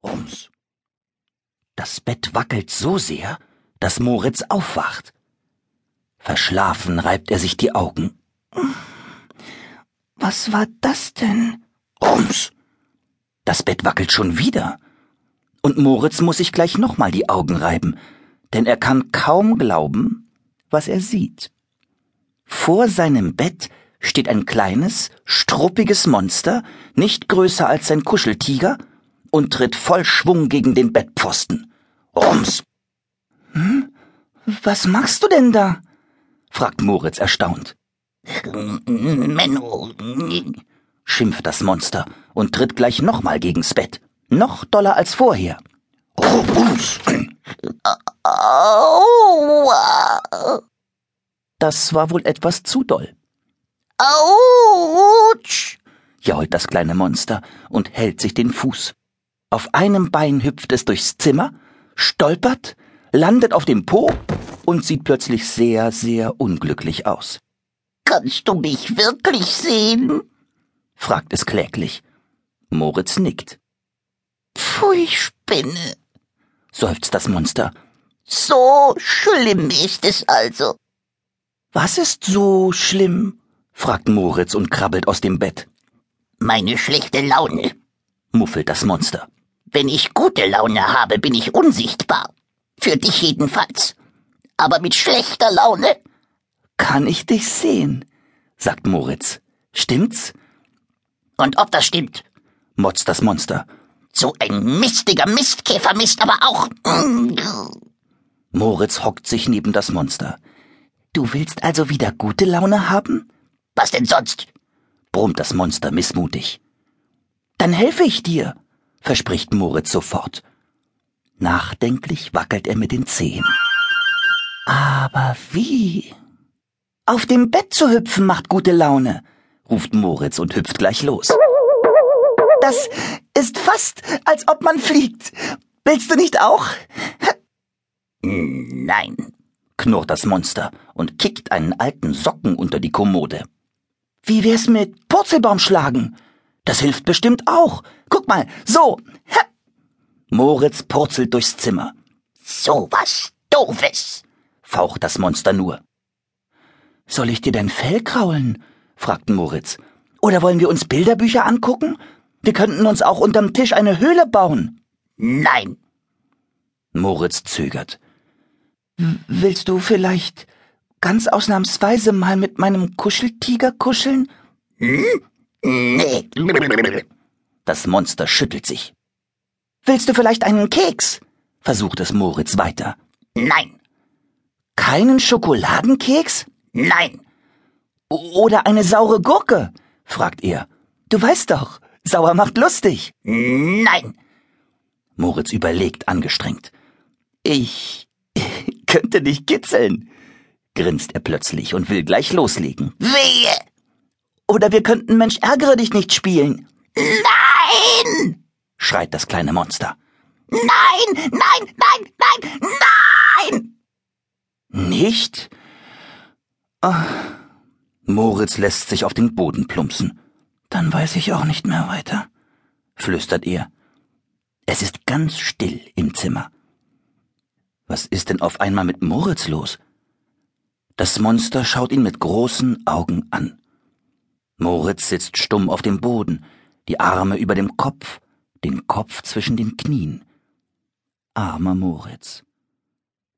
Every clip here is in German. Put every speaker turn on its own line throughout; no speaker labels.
uns. Das Bett wackelt so sehr, dass Moritz aufwacht. Verschlafen reibt er sich die Augen.
Was war das denn?
Rums! Das Bett wackelt schon wieder. Und Moritz muss sich gleich nochmal die Augen reiben, denn er kann kaum glauben, was er sieht. Vor seinem Bett steht ein kleines, struppiges Monster, nicht größer als sein Kuscheltiger, und tritt voll Schwung gegen den Bettpfosten. Rums!
Hm? Was machst du denn da?
fragt Moritz erstaunt.
Menno,
schimpft das Monster und tritt gleich nochmal gegens Bett. Noch doller als vorher. Rums!
Aua!
Das war wohl etwas zu doll.
Autsch!
jault das kleine Monster und hält sich den Fuß. Auf einem Bein hüpft es durchs Zimmer, stolpert, landet auf dem Po und sieht plötzlich sehr, sehr unglücklich aus.
Kannst du mich wirklich sehen?
fragt es kläglich. Moritz nickt.
Pfui, Spinne,
seufzt das Monster.
So schlimm ist es also.
Was ist so schlimm? fragt Moritz und krabbelt aus dem Bett.
Meine schlechte Laune,
muffelt das Monster.
Wenn ich gute Laune habe, bin ich unsichtbar. Für dich jedenfalls. Aber mit schlechter Laune
kann ich dich sehen, sagt Moritz. Stimmt's?
Und ob das stimmt,
motzt das Monster.
So ein mistiger Mistkäfermist, aber auch.
Moritz hockt sich neben das Monster. Du willst also wieder gute Laune haben?
Was denn sonst?
brummt das Monster missmutig. Dann helfe ich dir, verspricht Moritz sofort. Nachdenklich wackelt er mit den Zehen. Aber wie? Auf dem Bett zu hüpfen macht gute Laune, ruft Moritz und hüpft gleich los.
Das ist fast, als ob man fliegt. Willst du nicht auch?
Nein,
knurrt das Monster und kickt einen alten Socken unter die Kommode.
Wie wär's mit Purzelbaum schlagen?
Das hilft bestimmt auch. Guck mal, so. Ha. Moritz purzelt durchs Zimmer.
So was Doofes,
faucht das Monster nur.
Soll ich dir dein Fell kraulen? fragt Moritz. Oder wollen wir uns Bilderbücher angucken? Wir könnten uns auch unterm Tisch eine Höhle bauen.
Nein.
Moritz zögert.
Willst du vielleicht ganz ausnahmsweise mal mit meinem Kuscheltiger kuscheln?
Hm? Nee.
Das Monster schüttelt sich.
Willst du vielleicht einen Keks?
versucht es Moritz weiter.
Nein.
Keinen Schokoladenkeks?
Nein.
Oder eine saure Gurke? fragt er. Du weißt doch, sauer macht lustig.
Nein.
Moritz überlegt angestrengt. Ich könnte dich kitzeln, grinst er plötzlich und will gleich loslegen.
Wehe!
Oder wir könnten Mensch ärgere dich nicht spielen.
Nein!
schreit das kleine Monster.
Nein, nein, nein, nein, nein!
Nicht? Oh. Moritz lässt sich auf den Boden plumpsen.
Dann weiß ich auch nicht mehr weiter,
flüstert er. Es ist ganz still im Zimmer. Was ist denn auf einmal mit Moritz los? Das Monster schaut ihn mit großen Augen an. Moritz sitzt stumm auf dem Boden, die Arme über dem Kopf, den Kopf zwischen den Knien. Armer Moritz.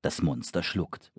Das Monster schluckt.